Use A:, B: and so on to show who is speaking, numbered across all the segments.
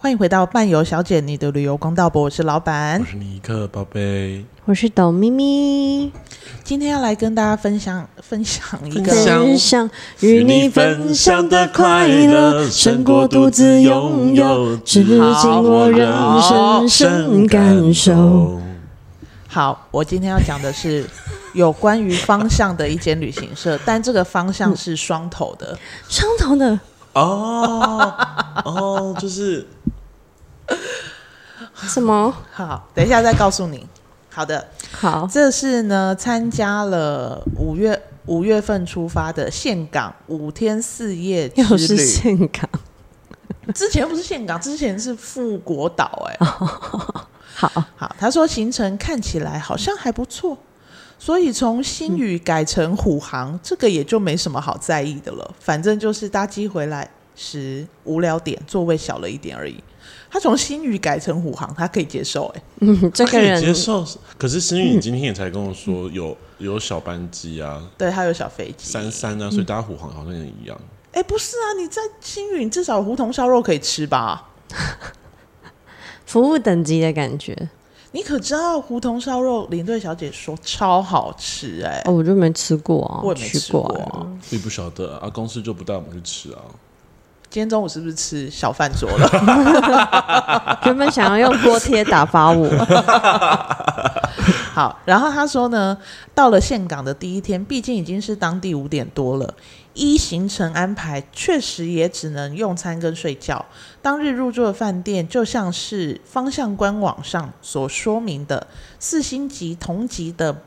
A: 欢迎回到伴游小姐你的旅游公道博，我是老板
B: 我。是尼克宝贝，
C: 我是董咪咪，
A: 今天要来跟大家分享 分享一
B: 分
A: 个
B: 享
C: 分享与你分享的快乐，胜过独自拥有，至今我仍深深感受。。
A: 好，我今天要讲的是有关于方向的一间旅行 社，但这个方向是双头的，
C: 相同的，
B: 哦哦，就是
C: 什么
A: 好，等一下再告诉你。好的，
C: 好？
A: 这是呢参加了五月五月份出发的岘港五天四夜之
C: 又是
A: 旅。
C: 岘港，
A: 之前不是岘港，之前是富国岛、哎，
C: 好，
A: 好，他说行程看起来好像还不错，所以从新宇改成虎航，这个也就没什么好在意的了，反正就是搭机回来时无聊点，座位小了一点而已。他从新宇改成虎航，他可以接受、哎。
C: 嗯，这个
B: 可以
C: 人
B: 接受。可是星宇，你今天也才跟我说有有小班机啊，
A: 对，它有小飞机。
B: 三三啊，所以大家虎航好像也一样。
A: 哎，不是啊，你在新宇你至少有胡同烧肉可以吃吧？
C: 服务等级的感觉，
A: 你可知道胡同烧肉，领队小姐说超好吃哎、
C: 哦，我就没吃过啊，
A: 我也没
C: 去
A: 吃过
C: 啊
A: 啊。
B: 我也不晓得啊，啊公司就不带我们去吃啊。
A: 今天中午是不是吃小饭桌了？
C: 原本想要用锅贴打发 我，
A: 好，然后她说呢，到了岘港的第一天，毕竟已经是当地五点多了，依行程安排确实也只能用餐跟睡觉。当日入住的饭店就像是方向官网上所说明的四星级同级的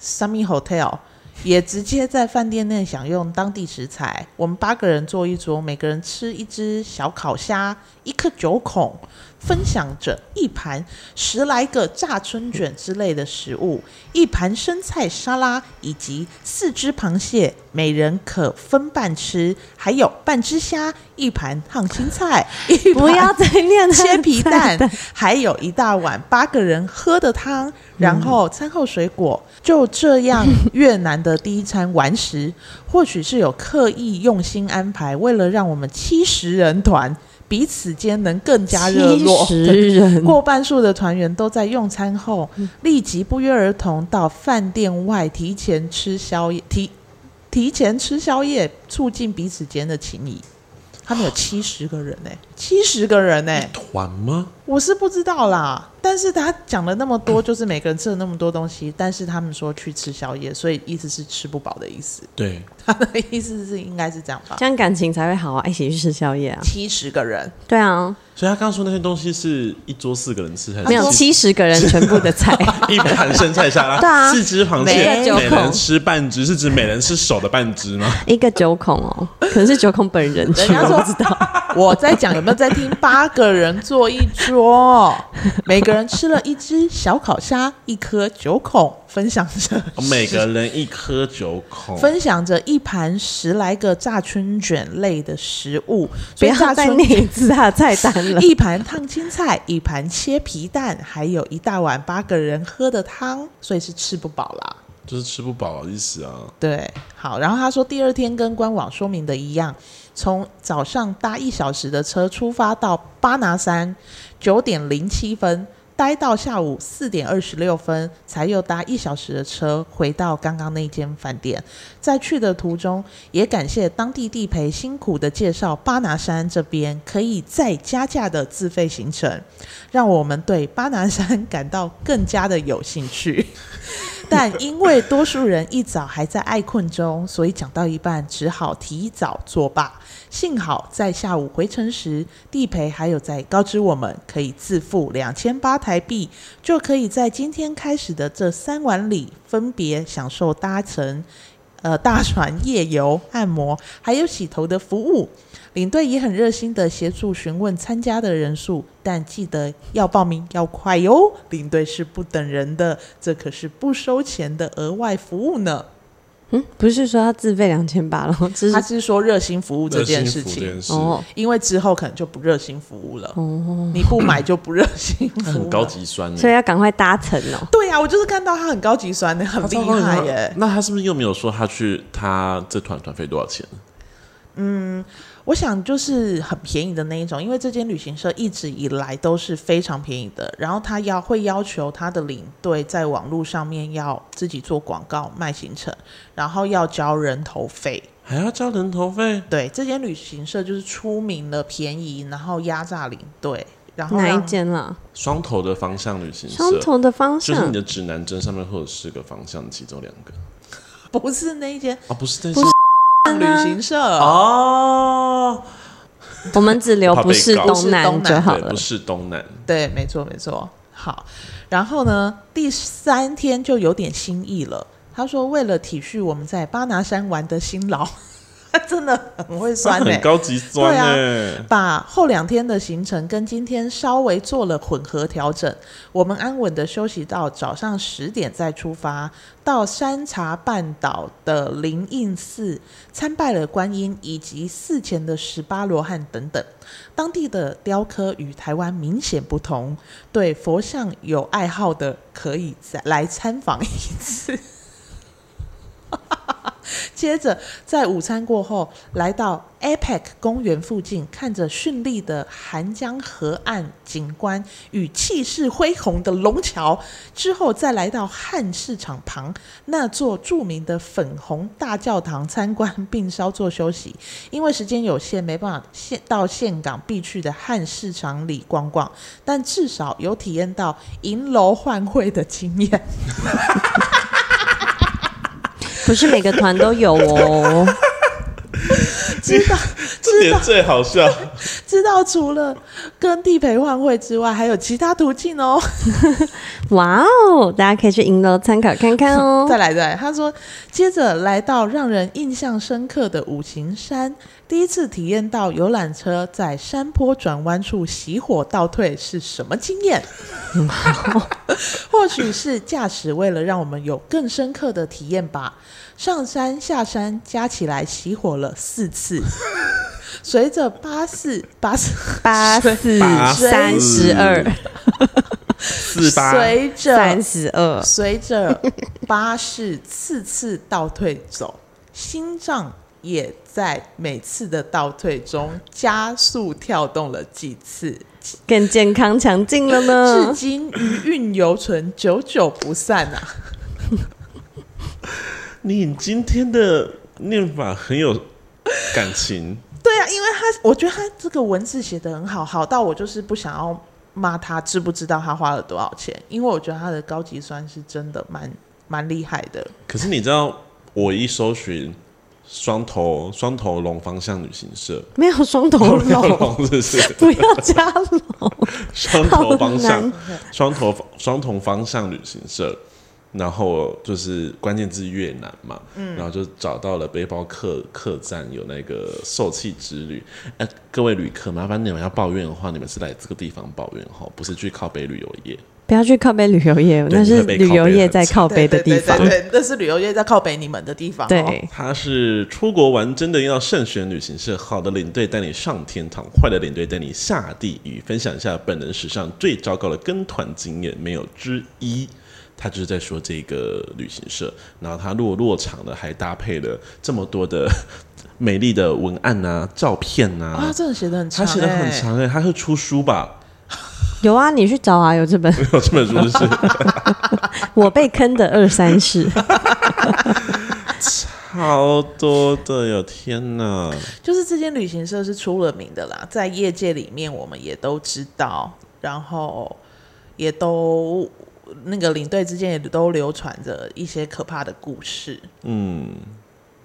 A: Sunny Hotel，也直接在饭店内享用当地食材。我们八个人坐一桌，每个人吃一只小烤虾，一颗九孔，分享着一盘十来个炸春卷之类的食物，一盘生菜沙拉，以及四只螃蟹，每人可分半吃，还有半只虾，一盘烫青菜，一盘
C: 不要再念 了
A: 切皮蛋，还有一大碗八个人喝的汤，然后餐后水果，就这样越南的第一餐完食，或许是有刻意用心安排，为了让我们七十人团彼此间能更加热络。
C: 七十 人，
A: 过半数的团员都在用餐后立即不约而同到饭店外提前吃宵夜，提提前吃宵夜，促进彼此间的情谊。他们有七十个人呢、七十个人呢、欸
B: 团吗？
A: 我是不知道啦，但是他讲了那么多，就是每个人吃了那么多东西，但是他们说去吃宵夜，所以意思是吃不饱的意思。
B: 对，
A: 他的意思是应该是这样 吧
C: 这？样感情才会好啊，一起去吃宵夜啊。
A: 七十个人，
C: 对啊，
B: 所以他刚说那些东西是一桌四个人吃还 是
C: 没有
B: 七
C: 七十个人全部的菜，
B: 一盘生菜沙拉，
C: 对啊
B: 四只螃
C: 每
B: 蟹，
C: 人九
B: 每
C: 口
B: 人吃半只，是指每人吃手的半只 吗？
C: 一个九孔哦，可能是九孔本人
A: 人
C: 去，
A: 家说
C: 我不知道。
A: 我在讲有没有在听？八个人坐一桌，每个人吃了一只小烤虾，一颗九孔，分享着
C: 哦
B: 每个人一颗九口，
A: 分享着一盘十来个炸春卷类的食物，
C: 不
A: 所以
C: 要
A: 炸
C: 再
A: 春
C: 念一次他的菜单 了。
A: 一盘烫青菜，一盘切皮蛋，还有一大碗八个人喝的汤，所以是吃不饱啦。
B: 就是吃不饱的意思啊。
A: 对，好，然后他说第二天跟官网说明的一样，从早上搭一小时的车出发到巴拿山，九点零七分待到下午四点二十六分，才又搭一小时的车回到刚刚那间饭店。在去的途中，也感谢当地地陪辛苦的介绍，巴拿山这边可以再加价的自费行程，让我们对巴拿山感到更加的有兴趣。但因为多数人一早还在爱困中，所以讲到一半只好提早作罢。幸好在下午回程时，地陪还有在告知我们可以自付两千八台币，就可以在今天开始的这三晚里，分别享受搭乘。呃，大船夜游、按摩，还有洗头的服务，领队也很热心的协助询问参加的人数，但记得要报名要快哟，领队是不等人的，这可是不收钱的额外服务呢。
C: 嗯，不是说他自费两千八了，只
A: 他是
C: 是
A: 说热心服务这件事
B: 热心服这
A: 情，
B: 件事
C: 哦，
A: 因为之后可能就不热心服务了，
C: 哦，
A: 你不买就不热心服务了。
B: 很高级酸欸
C: 所以要赶快搭乘哦。
A: 对啊呀、我就是看到他很高级酸的，很厉害耶、
B: 那他是不是又没有说他去他这团团费多少钱？
A: 我想就是很便宜的那一种，因为这间旅行社一直以来都是非常便宜的。然后他要会要求他的领队在网络上面要自己做广告卖行程，然后要交人头费。
B: 还要交人头费？
A: 对，这间旅行社就是出名了便宜，然后压榨领队，然后
C: 哪一
A: 让
C: 间啦？
B: 双头的方向旅行社，
C: 相同的方
B: 嗯就是
C: 向
B: 你的指南针上面会有四个方向，其中两个
A: 不是那一 间
B: 啊，不是这
C: 不
B: 些
C: 是
A: 旅行社，
B: 哦，
C: 我们只留
B: 怕被
C: 不是
B: 告
C: 东
A: 不是东南
C: 南就好
B: 对，
C: 了
B: 不。是东南，
A: 对，没错没错。好，然后呢，第三天就有点新意了。他说，为了体恤我们在巴拿山玩的辛劳， 他真的很会酸欸呢、
B: 很高级酸哎、
A: 把后两天的行程跟今天稍微做了混合调整，我们安稳的休息到早上十点再出发，到山茶半岛的灵应寺参拜了观音以及寺前的十八罗汉等等。当地的雕刻与台湾明显不同，对佛像有爱好的可以再来参访一次。 接着，在午餐过后，来到 APEC 公园附近，看着绚丽的韩江河岸景观与气势恢宏的龙桥，之后再来到汉市场旁那座著名的粉红大教堂参观，并稍作休息。因为时间有限，没办法现到岘港必去的汉市场里逛逛，但至少有体验到银楼换汇的经验。
C: 不是每个团都有哦。
A: 知道，知
B: 这
A: 道
B: 点最好笑，
A: 知道除了跟地陪换汇之外，还有其他途径哦。
C: 哇哦，大家可以去银楼参考看看哦
A: 再。来，再来，他说，接着来到让人印象深刻的五行山，第一次体验到游览车在山坡转弯处熄火倒退是什么经 验？或许是驾驶为了让我们有更深刻的体验吧。上山下山加起来熄火了四次。随着巴士巴士
C: 八四三十二
B: 四八
A: 随着
C: 三十二，
A: 随着巴士次次倒退走，心脏也在每次的倒退中加速跳动了几次，
C: 更健康强劲了
A: 至
C: 呢。
A: 今余韵犹存，久久不散啊！
B: 你今天的念法很有感情，
A: 对啊，因为他我觉得他这个文字写得很好，好到我就是不想要骂他知不知道他花了多少钱，因为我觉得他的高级酸是真的蛮蛮厉害的。
B: 可是你知道，我一搜寻双头双头龙方向旅行 社，
C: 没有双头
B: 哦没有
C: 龙，
B: 龙是不是
C: 不要加龙，
B: 双
C: 好
B: 头方向
C: 难。
B: 双头双头方向旅行社，然后就是关键字越南嘛，
C: 嗯
B: 然后就找到了背包客客栈有那个受气之旅。哎、各位旅客，麻烦你们要抱怨的话，你们是来这个地方抱怨哈，不是去靠北旅游业。
C: 不要去靠北旅游业，
B: 对
C: 那是
B: 你会被
C: 旅游业在
A: 好
C: 靠北的地方
A: 对。对对对，这是旅游业在靠北你们的地方、哦。
C: 对，
B: 他是出国玩真的要慎选旅行社，好的领队带你上天堂，坏的领队带你下地狱。分享一下本人史上最糟糕的跟团经验，没有之一。他就是在说这个旅行社，然后他落落场了，还搭配了这么多的美丽的文案啊、照片
A: 啊，
B: 啊，
A: 真的写的很长、
B: 他
A: 欸，
B: 写的很长哎、他会出书吧？
C: 有啊，你去找啊，有这本《
B: 有这本书就是
C: 我被坑的二三事》，
B: 超多的哟，天哪！
A: 就是这间旅行社是出了名的啦，在业界里面我们也都知道，然后也都那个领队之间也都流传着一些可怕的故事。
B: 嗯，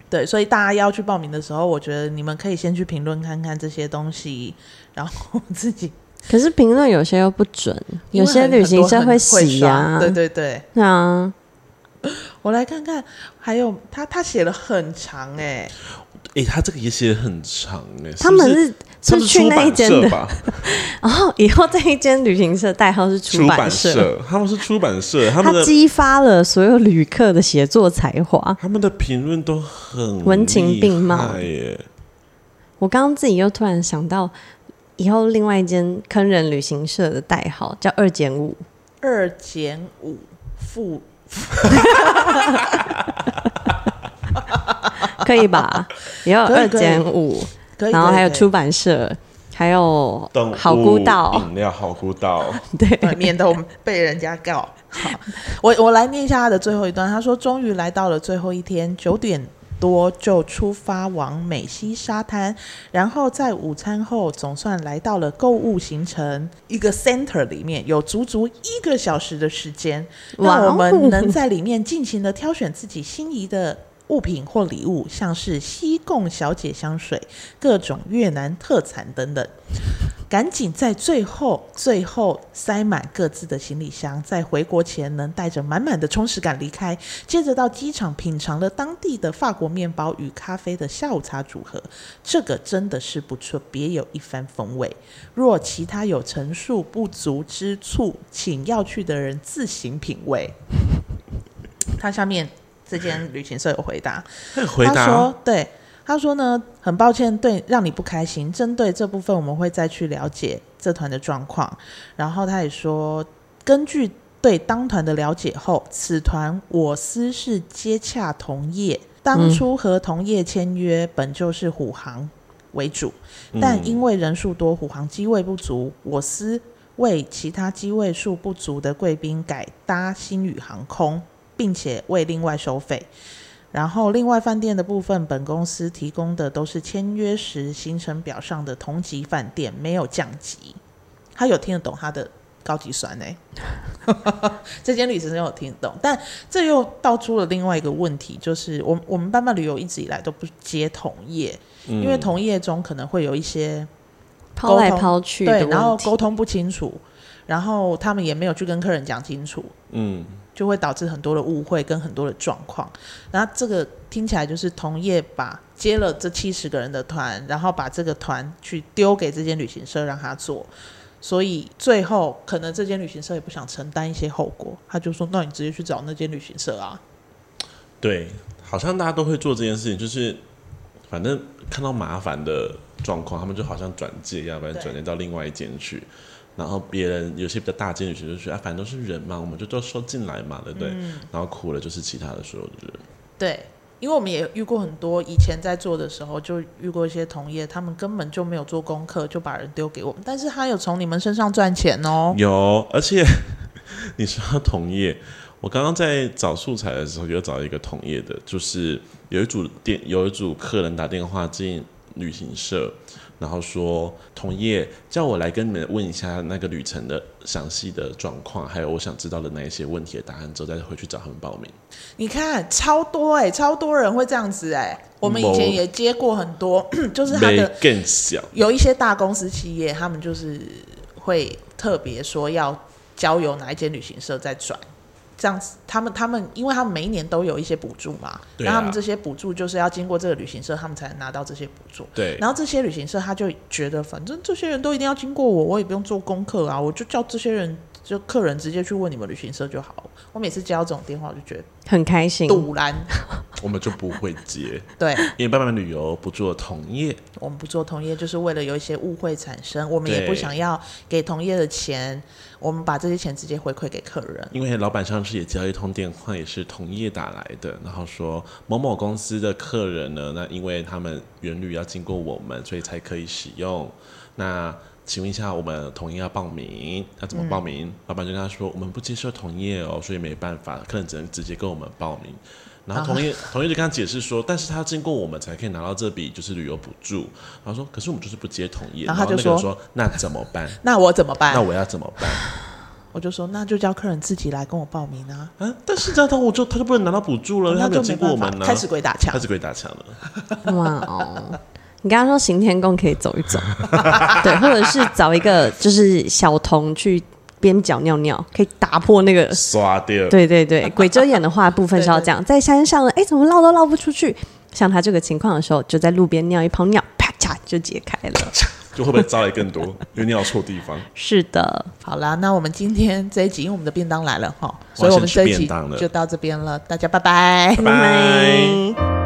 A: 对，所以大家要去报名的时候，我觉得你们可以先去评论看看这些东西，然后自己
C: 可是评论有些又不准，有些
A: 因为很
C: 旅行社
A: 很多很
C: 洗
A: 刷
C: 呀。
A: 对对对，
C: 对啊，
A: 我来看看，还有他他写了很长哎、
B: 诶，他这个也写得很长哎、
C: 他们
B: 是不是
C: 是
B: 他
C: 是
B: 们
C: 去
B: 出
C: 那一
B: 版
C: 间
B: 社
C: 的，
B: 吧？
C: 然后以后这一间旅行社代号是
B: 出
C: 版
B: 版，社，他们是出版社，他们
C: 它
B: 的
C: 激发了所有旅客的写作才华。
B: 他们的评论都很
C: 文情并茂
B: 厉害耶。
C: 我刚刚自己又突然想到，以后另外一间坑人旅行社的代号叫二减五，
A: 二减五负
C: 可以吧？以后
A: 可以
C: 二减五，
A: 可以
C: 然后
A: 可以
C: 还有
A: 可以
C: 出版社，还有
B: 动物
C: 好孤岛，
B: 饮料好孤岛，
C: 对，
A: 对，免得我们被人家告。好，我我来念一下他的最后一段。他说：“终于来到了最后一天，九点多就出发往美西沙滩，然后在午餐后总算来到了购物行程一个 center 里面，有足足一个小时的时间，
C: 哇
A: 让
C: 哦
A: 我们能在里面尽情的挑选自己心仪的。”物品或礼物，像是西贡小姐香水、各种越南特产等等。赶紧在最后最后塞满各自的行李箱，在回国前能带着满满的充实感离开。接着到机场品尝了当地的法国面包与咖啡的下午茶组合，这个真的是不错，别有一番风味。若其他有陈述不足之处，请要去的人自行品味。 他下面这间旅行社有回答，
B: 回
A: 他
B: 答
A: 说：“对，他说呢，很抱歉，对，让你不开心。针对这部分，我们会再去了解这团的状况。然后他也说，根据对当团的了解后，此团我司是接洽同业，当初和同业签约本就是虎航为主，
B: 嗯
A: 但因为人数多，虎航机位不足，我司为其他机位数不足的贵宾改搭星宇航空，并且未另外收费。然后，另外饭店的部分，本公司提供的都是签约时行程表上的同级饭店，没有降级。他有听得懂他的高级酸呢、 这间旅行社有听得懂，但这又道出了另外一个问题，就是我们我们班班旅游一直以来都不接同业，
B: 嗯
A: 因为同业中可能会有一些
C: 抛来抛去的
A: 对，然后
C: 嗯问
A: 沟
C: 题，
A: 通不清楚，然后他们也没有去跟客人讲清楚，
B: 嗯
A: 就会导致很多的误会跟很多的状况。然后这个听起来就是同业把接了这七十个人的团，然后把这个团去丢给这间旅行社让他做，所以最后可能这间旅行社也不想承担一些后果，他就说：“那你直接去找那间旅行社啊。
B: 对，好像大家都会做这件事情，就是反正看到麻烦的状况，他们就好像转介，要不然
A: 对
B: 转介到另外一间去。然后别人有些比较大间旅行社就说啊，反正都是人嘛，我们就都收进来嘛，对不对？
A: 嗯
B: 然后苦了就是其他的所有的人，”
A: 对。因为我们也遇过很多，以前在做的时候就遇过一些同业，他们根本就没有做功课，就把人丢给我们，但是他有从你们身上赚钱哦。
B: 有，而且 你说到同业，我刚刚在找素材的时候有找一个同业的，就是有一组店有一组客人打电话进旅行社，然后说同业叫我来跟你们问一下那个旅程的详细的状况，还有我想知道的那一些问题的答案之后，再回去找他们报名。
A: 你看，超多哎、超多人会这样子哎、我们以前也接过很多， 就是他
B: 没
A: 的
B: 更小，
A: 有一些大公司企业，他们就是会特别说要交由哪一间旅行社再转，这样子，他们他们因为他们每一年都有一些补助嘛，
B: 对
A: 那、
B: 啊
A: 他们这些补助就是要经过这个旅行社，他们才能拿到这些补助。
B: 对，
A: 然后这些旅行社他就觉得，反正这些人都一定要经过我，我也不用做功课啊，我就叫这些人就客人直接去问你们旅行社就好了。我每次接到这种电话，我就觉得
C: 很开心。
A: 堵拦，
B: 我们就不会接，
A: 对。
B: 因为爸爸旅游不做同业，
A: 我们不做同业，就是为了有一些误会产生，我们也
B: 对
A: 不想要给同业的钱，我们把这些钱直接回馈给客人。
B: 因为老板上次也接到一通电话，也是同业打来的，然后说某某公司的客人呢，那因为他们原旅要经过我们，所以才可以使用。那请问一下，我们同业要报名，要怎么
A: 嗯
B: 报名？老板就跟他说，我们不接受同业哦，所以没办法，客人只能直接跟我们报名。然后
A: 哦
B: 同业、同业就跟他解释说，但是他要经过我们才可以拿到这笔就是旅游补助。然后说，可是我们就是不接同业。
A: 然后他就
B: 那个人
A: 说
B: 说，那怎么 办？
A: 那我怎么办？
B: 那我要怎么办？
A: 我就说，那就叫客人自己来跟我报名啊，
B: 啊，但是这样他我就他就不能拿到补助了，因为
A: 哦那
B: 他没有
A: 就
B: 经
A: 没
B: 过我
A: 办法，
B: 们呢、
A: 开始鬼打墙
B: 他。是鬼打墙了，
C: 哇哦！你刚刚说行天宫可以走一 走，对，或者是找一个就是小童去边角尿尿，可以打破 那个。
B: 刷掉。
C: 对对对，鬼遮眼的话部分是要这样，在山上呢，哎，怎么绕都绕不出去。像他这个情况的时候，就在路边尿一泡尿，啪嚓就解开 了。
B: 就会不会招来更多？因为尿错地方，
C: 是的，
A: 好啦，那我们今天这一集，因为我们的便当来了哈，所
B: 我要先
A: 以我们
B: 吃
A: 这一
B: 便
A: 集
B: 当了
A: 就到这边了，大家拜拜。
B: 拜。
C: 拜